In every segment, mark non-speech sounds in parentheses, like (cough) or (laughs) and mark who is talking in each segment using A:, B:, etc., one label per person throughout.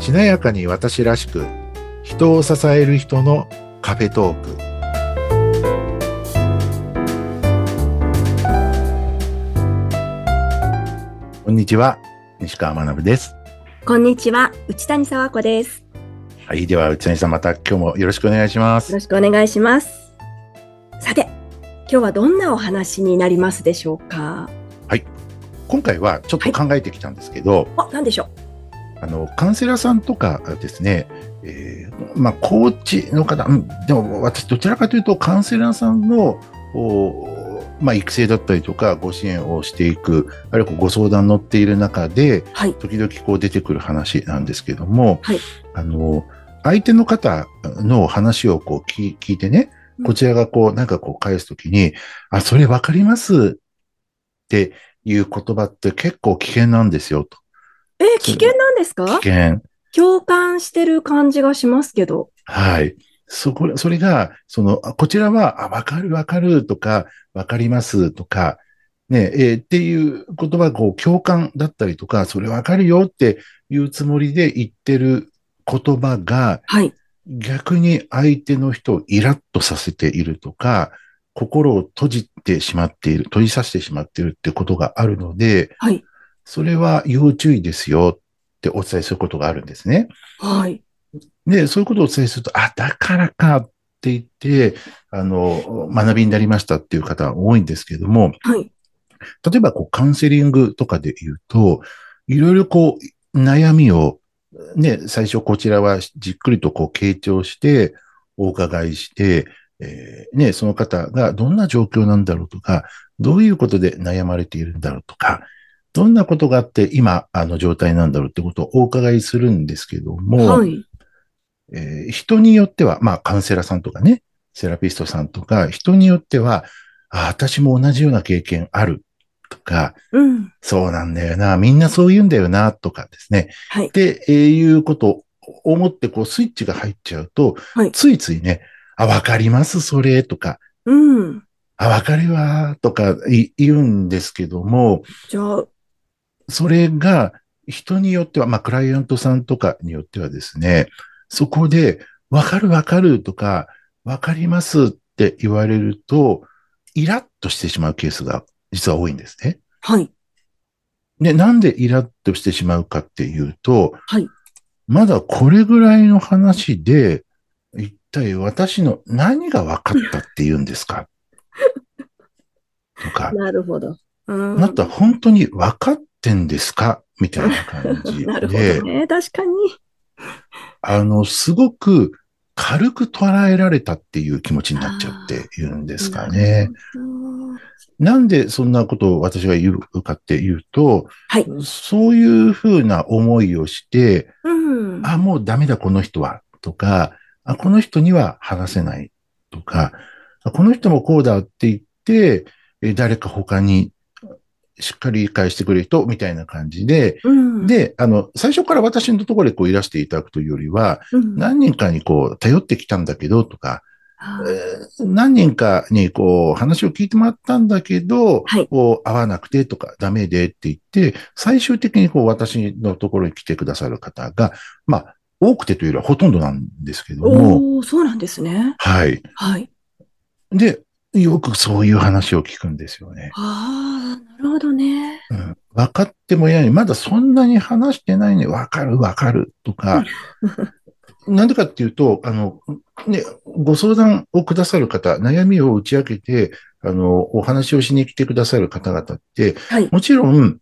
A: 華やかに私らしく人を支える人のカフェトークこんにちは西川学です
B: こんにちは、内谷沢子です。
A: はいでは内谷さんまた今日もよろしくお願いしま
B: よ
A: す
B: ろしくお願いします。さて、今日はどんなお話になりますでしょうか。
A: 今回はちょっと考えてきたんですけど、
B: あ、なんでしょ
A: あのカウンセラーさんとかですね、えーまあ、コーチの方、うん、でも私、どちらかというと、カウンセラーさんの、おまあ、育成だったりとか、ご支援をしていく、あるいはこうご相談乗っている中で、
B: う。はい。
A: 時々こう出てくる話なんですけども、
B: はい
A: あの相手の方の話をこう聞聞いてね
B: う、ん
A: こちらがこうなんかこう返すときに、あ、それわかりますっていう言葉って結構危険なんですよと。
B: えー危険なんですか
A: 危険。
B: 共感してる感じがしますけど。
A: はい。そこ、それが、その、あこちらは、あ、わかるわかるとか、わかりますとか、ね、えーっていう言葉がこう、共感だったりとか、それわかるよっていうつもりで言ってる言葉が、
B: はい。
A: 逆に相手の人をイラッとさせているとか、心を閉じてしまっている、閉じさせてしまっているってことがあるので、
B: はい。
A: それは要注意ですよってお伝えすることがあるんですね。
B: はい。
A: で、そういうことをお伝えすると、あ、だからかって言って、あの、学びになりましたっていう方は多いんですけども、
B: はい。
A: 例えばこうカウンセリングとかで言うと、いろいろこう悩みを、ね、最初こちらはじっくりとこう傾聴して、お伺いして、えーね、その方がどんな状況なんだろうとか、どういうことで悩まれているんだろうとか、どんなことがあって今あの状態なんだろうってことをお伺いするんですけども、
B: はい。
A: えー人によっては、まあ、カウンセラーさんとかね、セラピストさんとか、人によっては、あ、私も同じような経験あるとか、
B: うん。
A: そうなんだよな、みんなそう言うんだよな、とかですね。
B: はい。
A: で、えーいうことを思って、こう、スイッチが入っちゃうと、
B: はい
A: ついついね、あ、わかります、それ、とか、
B: うん。
A: あ、わかるわ、とかい言うんですけども、
B: じゃあ、
A: それが人によっては、まあ、クライアントさんとかによってはですね、そこで、わかるわかるとか、わかりますって言われると、イラッとしてしまうケースが実は多いんですね。
B: はい。
A: で、なんでイラッとしてしまうかっていうと、
B: はい
A: まだこれぐらいの話で、一体私の何が分かったって言うんですかとか、
B: なるほど。
A: あ
B: うん。
A: なた本当に分かってんですかみたいな感じ
B: (laughs) なるほ
A: で
B: ど、ね。確かに。
A: あの、すごく軽く捉えられたっていう気持ちになっちゃっているんですかね。
B: うん。
A: なんでそんなことを私が言うかっていうと、
B: はい。
A: そういうふうな思いをして、
B: うん。
A: あ、もうダメだ、この人は、とか、あ、この人には話せない、とか、あこの人もこうだって言って、え誰か他にしっかり理解してくれる人、みたいな感じで、
B: うん、
A: で、あの、最初から私のところでこういらしていただくというよりは、
B: うん、
A: 何人かにこう頼ってきたんだけどとか、
B: あ
A: え
B: ー
A: ー何人かにこう話を聞いてもらったんだけど、
B: はい
A: こう合わなくてとかダメでって言って、最終的にこう私のところに来てくださる方が、まあ多くてというよりはほとんどなんですけども、
B: おお、そうなんですね。
A: はい。
B: はい。
A: で、よくそういう話を聞くんですよね。
B: ああ、なるほどね。
A: うん、分かってもいないのに、まだそんなに話してないのに、分かる分かるとか、なんでかっていうと、あの、ね、ご相談をくださる方、悩みを打ち明けて、あの、お話をしに来てくださる方々って、
B: はい。
A: もちろん、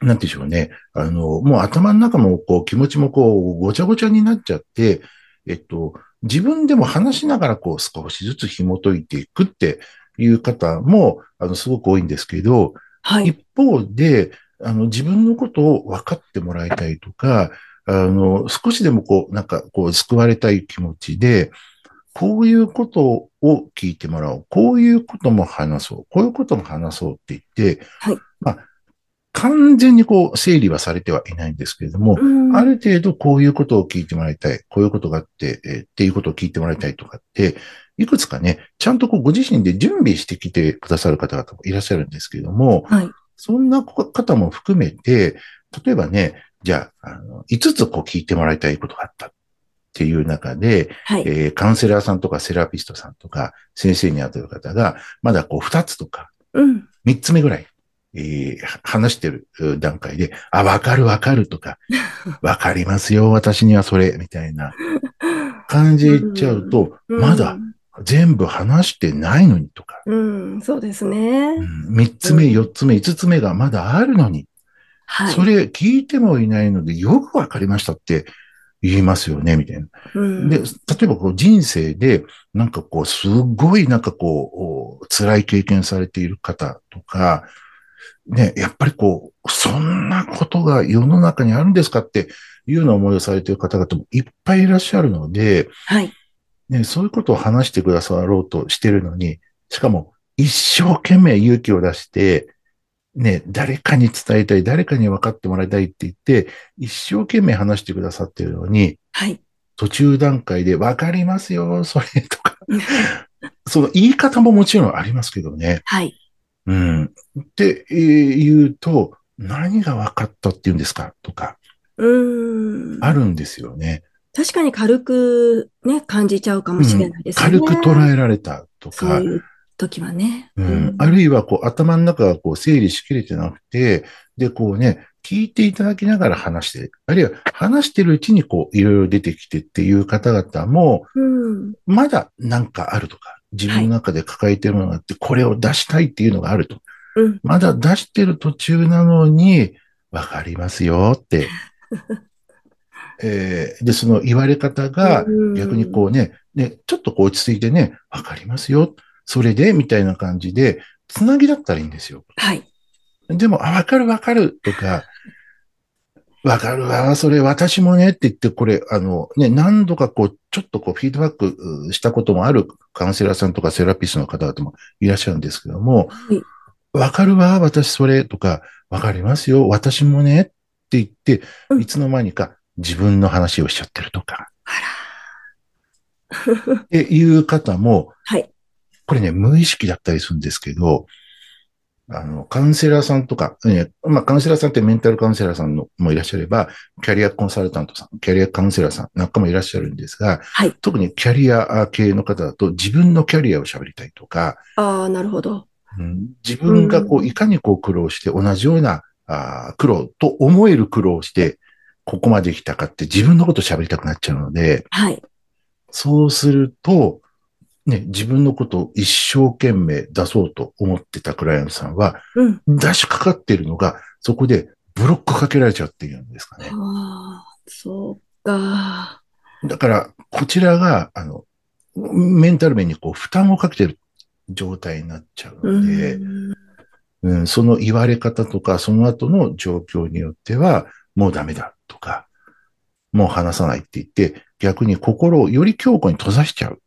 A: なんていうんでしょうね、あの、もう頭の中もこう、気持ちもこう、ごちゃごちゃになっちゃって、えっと、自分でも話しながらこう、少しずつ紐解いていくっていう方も、あの、すごく多いんですけど、
B: はい。
A: 一方で、あの、自分のことを分かってもらいたいとか、あの、少しでもこう、なんかこう、救われたい気持ちで、こういうことを聞いてもらおう。こういうことも話そう。こういうことも話そうって言って、
B: はい
A: まあ、完全にこう、整理はされてはいないんですけれども、
B: うん
A: ある程度こういうことを聞いてもらいたい。こういうことがあって、えーっていうことを聞いてもらいたいとかって、いくつかね、ちゃんとこうご自身で準備してきてくださる方々もいらっしゃるんですけれども、
B: はい。
A: そんな方も含めて、例えばね、じゃあ、あの5つこう聞いてもらいたいことがあったっていう中で、
B: はい。
A: えーカウンセラーさんとかセラピストさんとか先生に当たる方が、まだこう2つとか
B: うん。
A: 3つ目ぐらい、えー話してるう段階で、あ、わかるわかると
B: (laughs)
A: か、わかりますよ、私にはそれ、みたいな感じで言っちゃうと、
B: うん
A: まだ。全部話してないのにとか、
B: うん、そうですね
A: う。ん3つ目、4つ目、5つ目がまだあるのに、
B: はい。
A: それ聞いてもいないので、よくわかりましたって言いますよね、みたいな。
B: うん
A: で、例えばこう人生で、なんかこう、すごいなんかこう、お辛い経験されている方とか、ね、やっぱりこう、そんなことが世の中にあるんですかっていうような思いをされている方々もいっぱいいらっしゃるので、
B: はい。
A: ね、そういうことを話してくださろうとしてるのに、しかも一生懸命勇気を出して、ね、誰かに伝えたい、誰かに分かってもらいたいって言って、一生懸命話してくださってるのに、
B: はい。 (laughs)
A: 途中段階で分かりますよ、 (laughs) それとか、その言い方ももちろんありますけどね。
B: はい。
A: うん。ってえー言うと、何が分かったって言うんですかとか、
B: うん。
A: あるんですよね。
B: 確かに軽くね、感じちゃうかもしれないですね。
A: 軽く捉えられたと
B: そう
A: か、
B: いう時はね。
A: うん、あるいはこう頭の中がこう整理しきれてなくて、で、こうね、聞いていただきながら話して、あるいは話してるうちにこういろいろ出てきてっていう方々も、
B: うん。
A: まだなんかあるとか、自分の中で抱えてるものがあって、これを出したいっていうのがあると。
B: うん。
A: まだ出してる途中なのに、わかりますよって。えーで、その言われ方が、逆にこうね、ね、ちょっとこう落ち着いてね、わかりますよ。それで、みたいな感じで、つなぎだったらいいんですよ。
B: うん。はい。
A: でも、あ、わかるわかるとか、わかるわ、それ私もねって言って、これ、あの、ね、何度かこう、ちょっとこう、フィードバックうしたこともあるカウンセラーさんとかセラピストの方々もいらっしゃるんですけども、
B: はい。
A: わかるわ、私それとか、わかりますよ、私もねって言って
B: う、ん
A: いつの間にか自分の話をしちゃってるとか、
B: あら。
A: っていう方も、
B: はい。
A: これね、無意識だったりするんですけど、あの、カウンセラーさんとか、えーまあ、カウンセラーさんってメンタルカウンセラーさんのもいらっしゃれば、キャリアコンサルタントさん、キャリアカウンセラーさんなんかもいらっしゃるんですが、
B: はい
A: 特にキャリア系の方だと自分のキャリアを喋りたいとか、
B: ああ、なるほど。
A: うん自分がこ
B: う
A: う、
B: ん
A: いかにこう苦労して同じようなあー苦労と思える苦労をして、ここまで来たかって自分のこと喋りたくなっちゃうので、
B: はい。
A: そうすると、ね、自分のことを一生懸命出そうと思ってたクライアントさんは、
B: うん。
A: 出しかかってるのが、そこでブロックかけられちゃうっていうんですかね。
B: ああ、そうか。
A: だから、こちらが、あの、メンタル面にこう負担をかけてる状態になっちゃう
B: う
A: ので、
B: ん。
A: うんその言われ方とか、その後の状況によっては、もうダメだとか、もう話さないって言って、逆に心をより強固に閉ざしちゃう。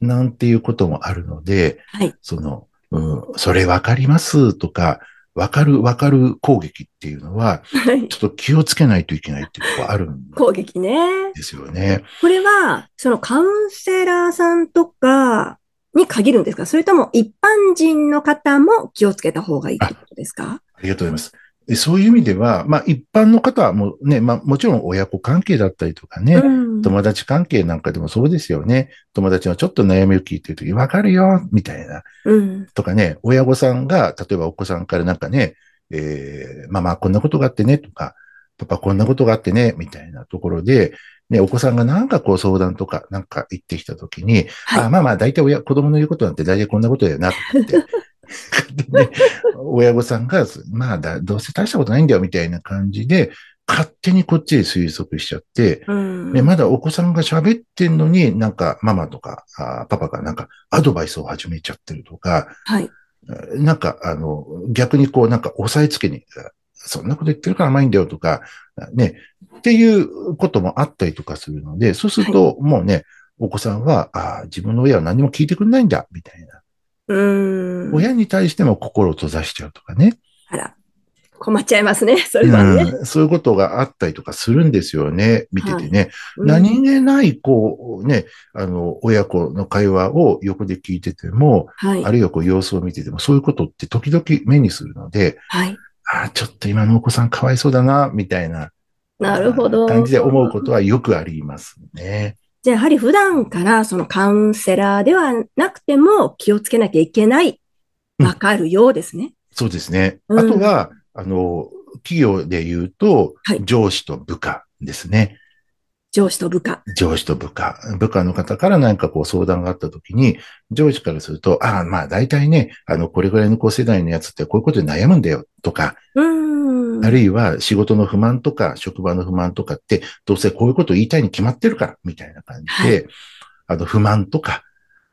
A: なんていうこともあるので、
B: はい。
A: その、うん、それわかりますとか、わかるわかる攻撃っていうのは、
B: はい
A: ちょっと気をつけないといけないっていうところがあるん
B: 攻撃ね。
A: ですよね。
B: これは、そのカウンセラーさんとかに限るんですかそれとも一般人の方も気をつけた方がいいってことですか
A: ありがとうございます。でそういう意味では、まあ一般の方はもうね、まあもちろん親子関係だったりとかね、
B: うん
A: 友達関係なんかでもそうですよね。友達のちょっと悩みを聞いてるとき、わかるよ、みたいな。
B: うん。
A: とかね、親御さんが、例えばお子さんからなんかね、えー、ママこんなことがあってね、とか、パパこんなことがあってね、みたいなところで、ね、お子さんがなんかこう相談とかなんか言ってきたときに、
B: はい
A: あまあまあ大体親、子供の言うことなんて大体こんなことだよな、とかって。 (laughs) でね親御さんが、まあだ、どうせ大したことないんだよ、みたいな感じで、勝手にこっちへ推測しちゃって、
B: うん。
A: ね、まだお子さんが喋ってんのに、なんかママとかあーパパがなんかアドバイスを始めちゃってるとか、
B: はい。
A: えーなんかあの、逆にこうなんか押さえつけに、あそんなこと言ってるから甘いんだよとか、あね、っていうこともあったりとかするので、そうするともうね、お子さんは、あー自分の親は何も聞いてくれないんだ、みたいな。
B: うん。
A: 親に対しても心を閉ざしちゃうとかね。
B: あら、困っちゃいますね、 (laughs) それはね。
A: うんそういうことがあったりとかするんですよね、見ててね。
B: うん
A: 何気ない、こう、ね、あの、親子の会話を横で聞いてても、
B: はい
A: あ。るいはこう様子を見てても、そういうことって時々目にするので、
B: はい。
A: ああ、ちょっと今のお子さんかわいそうだな、みたいな
B: なるほど。
A: 感じで思うことはよくありますね。
B: じゃあやはり普段からそのカウンセラーではなくても気をつけなきゃいけない。
A: うん
B: わかるようですね。
A: そうですね。
B: うん
A: あとは、あの、企業で言うと
B: はい、
A: 上司と部下ですね。
B: 上司と部下。
A: 上司と部下。部下の方から何かこう相談があった時に、上司からすると、ああ、まあ大体ね、あの、これぐらいの高世代のやつってこういうことで悩むんだよ、とか、
B: うーん。
A: あるいは仕事の不満とか職場の不満とかって、どうせこういうこと言いたいに決まってるから、みたいな感じで、あの不満とか、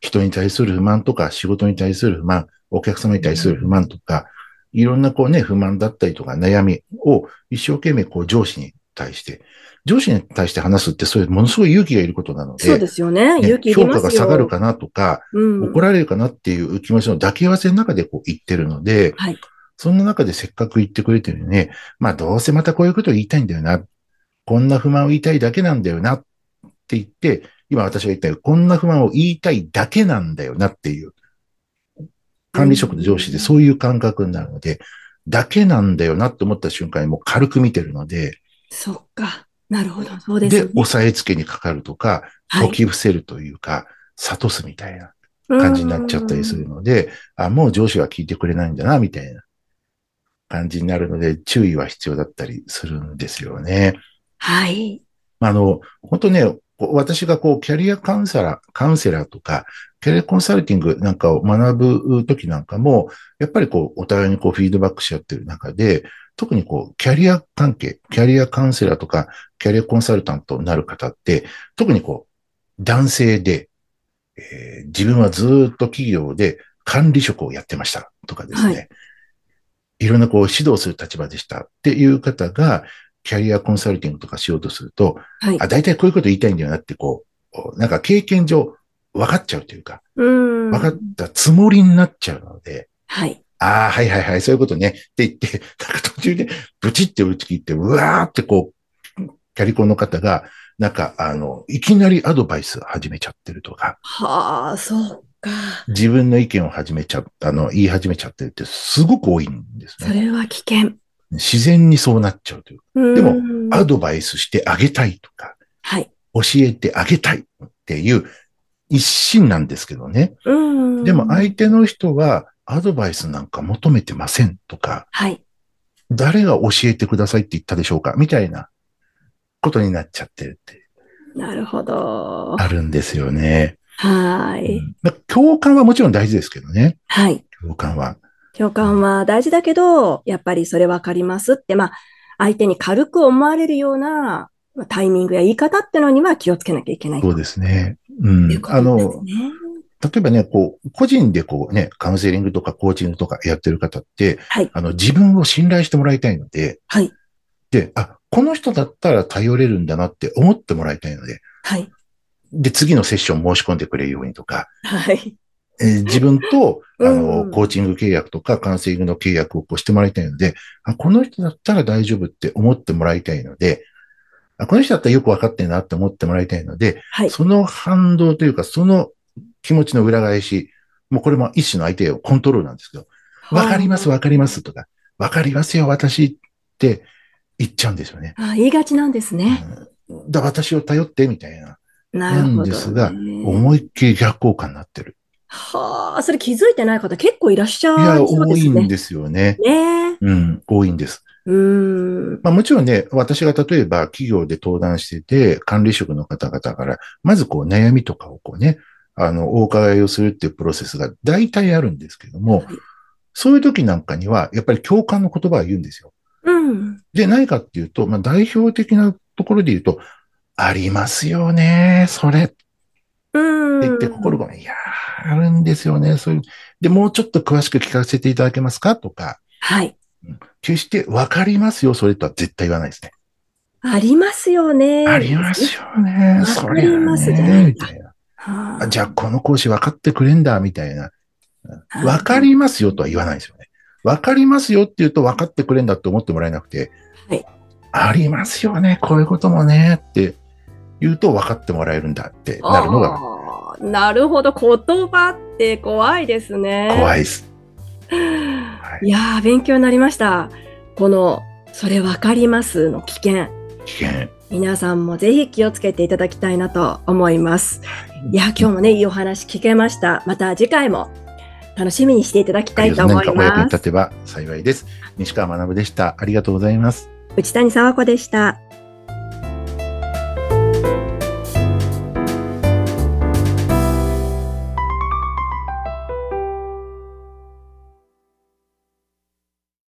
A: 人に対する不満とか、仕事に対する不満、お客様に対する不満とか、いろんなこうね、不満だったりとか悩みを一生懸命こう上司に対して、上司に対して話すってそれものすごい勇気がいることなので、
B: そうですよ
A: ね
B: ね。勇気いり
A: 評
B: ます
A: 価が
B: よ。
A: 下がるかなとか、
B: うん。
A: 怒られるかなっていう気持ちの抱き合わせの中でこう言ってるので、
B: はい
A: そんな中でせっかく言ってくれてるね、まあどうせまたこういうことを言いたいんだよな。こんな不満を言いたいだけなんだよなって言って、今私が言ったように、こんな不満を言いたいだけなんだよなっていう、管理職の上司でそういう感覚になるので、だけなんだよなって思った瞬間にもう軽く見てるので、
B: そっか。なるほど。そうです、
A: で、
B: ね。
A: 押さえつけにかかるとか、
B: はい
A: 解き伏せるというか、諭すみたいな。感じになっちゃったりす
B: う
A: るので、あ、もう上司は聞いてくれないんだな、みたいな感じになるので、注意は必要だったりするんですよね。
B: ーん。はい。
A: まああの、本当ね、こう私がこう、キャリアカウンセラー、カウンセラーとか、キャリアコンサルティングなんかを学ぶ時なんかも、やっぱりこう、お互いにこう、フィードバックし合ってる中で、特にこう、キャリア関係、キャリアカウンセラーとか、キャリアコンサルタントになる方って、特にこう、男性で、えー自分はずーっと企業で管理職をやってましたとかですね、、
B: はい
A: ろんなこう、指導する立場でしたっていう方が、キャリアコンサルティングとかしようとすると、
B: はい。
A: あ、大体こういうこと言いたいんだよなって、こう、なんか経験上分かっちゃうというか、
B: うーん。
A: 分かったつもりになっちゃうので、
B: はい。
A: ああ、はいはいはい、そういうことねって言って、 (laughs) なんか途中でブチって打ち切って、うわーってこう、キャリコンの方が、なんか、あの、いきなりアドバイス始めちゃってるとか、
B: はあ、そっか。
A: 自分の意見を始めちゃっあの、言い始めちゃってるってすごく多いんです
B: そ
A: ね。
B: れは危険。
A: 自然にそうなっちゃうというか、
B: で
A: でも、アドバイスしてあげたいとか、
B: はい。
A: 教えてあげたいっていう一心なんですけどね。
B: うーん。
A: でも相手の人はアドバイスなんか求めてませんとか、
B: はい。
A: 誰が教えてくださいって言ったでしょうかみたいなことになっちゃってるって
B: なるほど。
A: あるんですよね。
B: はー
A: う
B: い。
A: んだから共感はもちろん大事ですけどね。
B: はい。
A: 共感は。
B: 共感は大事だけど、やっぱりそれわかりますって、まあ、相手に軽く思われるようなまあタイミングや言い方ってのには気をつけなきゃいけない
A: そう
B: と
A: ですね。うん
B: いう。こ
A: あ
B: とで
A: の
B: す、ね。
A: 例えばね、こう、個人でこうね、カウンセリングとかコーチングとかやってる方って、
B: はい
A: あの、自分を信頼してもらいたいので、
B: はい。
A: で、あ、この人だったら頼れるんだなって思ってもらいたいので、
B: はい。
A: で、次のセッション申し込んでくれるようにとか、
B: はい。
A: えー自分と、あ
B: うん
A: の、コーチング契約とか、カウンセリングの契約をこうしてもらいたいので、あ、この人だったら大丈夫って思ってもらいたいので、あ、この人だったらよくわかってんなって思ってもらいたいので、
B: はい。
A: その反動というか、その気持ちの裏返し、もうこれも一種の相手をコントロールなんですけど、わかります、
B: わ。
A: わかりますとか、わかりますよ、私って言っちゃうんですよね。
B: あ言いがちなんですね。
A: うんだ私を頼って、みたいな。
B: なるほど、ね。
A: なんですが思いっきり逆効果になってる。
B: はあ、それ気づいてない方結構いらっしゃ
A: いや、
B: るそう
A: 多
B: です
A: いん
B: ね。
A: ですよね。
B: ねえ。
A: うん、多いんです。
B: うーん。
A: まあもちろんね、私が例えば企業で登壇してて、管理職の方々から、まずこう悩みとかをこうね、あの、お伺いをするっていうプロセスが大体あるんですけども、そういう時なんかには、やっぱり共感の言葉を言うんですよ。
B: うん。
A: で、何かっていうと、まあ代表的なところで言うと、ありますよね、それ
B: うん。
A: って言って、心が、いやー、あるんですよね。そういう。で、もうちょっと詳しく聞かせていただけますかとか、
B: はい。
A: 決してわかりますよ、それとは絶対言わないですね。
B: ありますよね。
A: ありますよね、
B: わ
A: そ
B: か
A: れ
B: り
A: は
B: ます
A: ね、
B: ね
A: みたいな。
B: は
A: あじゃあ、この講師分かってくれんだ、みたいな。
B: あ
A: わかりますよとは言わないですよね。わかりますよって言うと分かってくれんだって思ってもらえなくて、
B: はい
A: ありますよね、こういうこともね、って言うと分かってもらえるんだってなるのが
B: あーなるほど言葉って怖いですね
A: 怖
B: い、
A: いです。はい
B: やー勉強になりましたこの、それわかりますの危険。
A: 危険。
B: 皆さんもぜひ気をつけていただきたいなと思います。いや、今日もね、いいお話聞けました。また次回も楽しみにしていただきたいと思
A: 何
B: い
A: かお役に
B: ます
A: 立。てば幸いです。西川学でした。ありがとうございます。
B: 内谷沢子でした。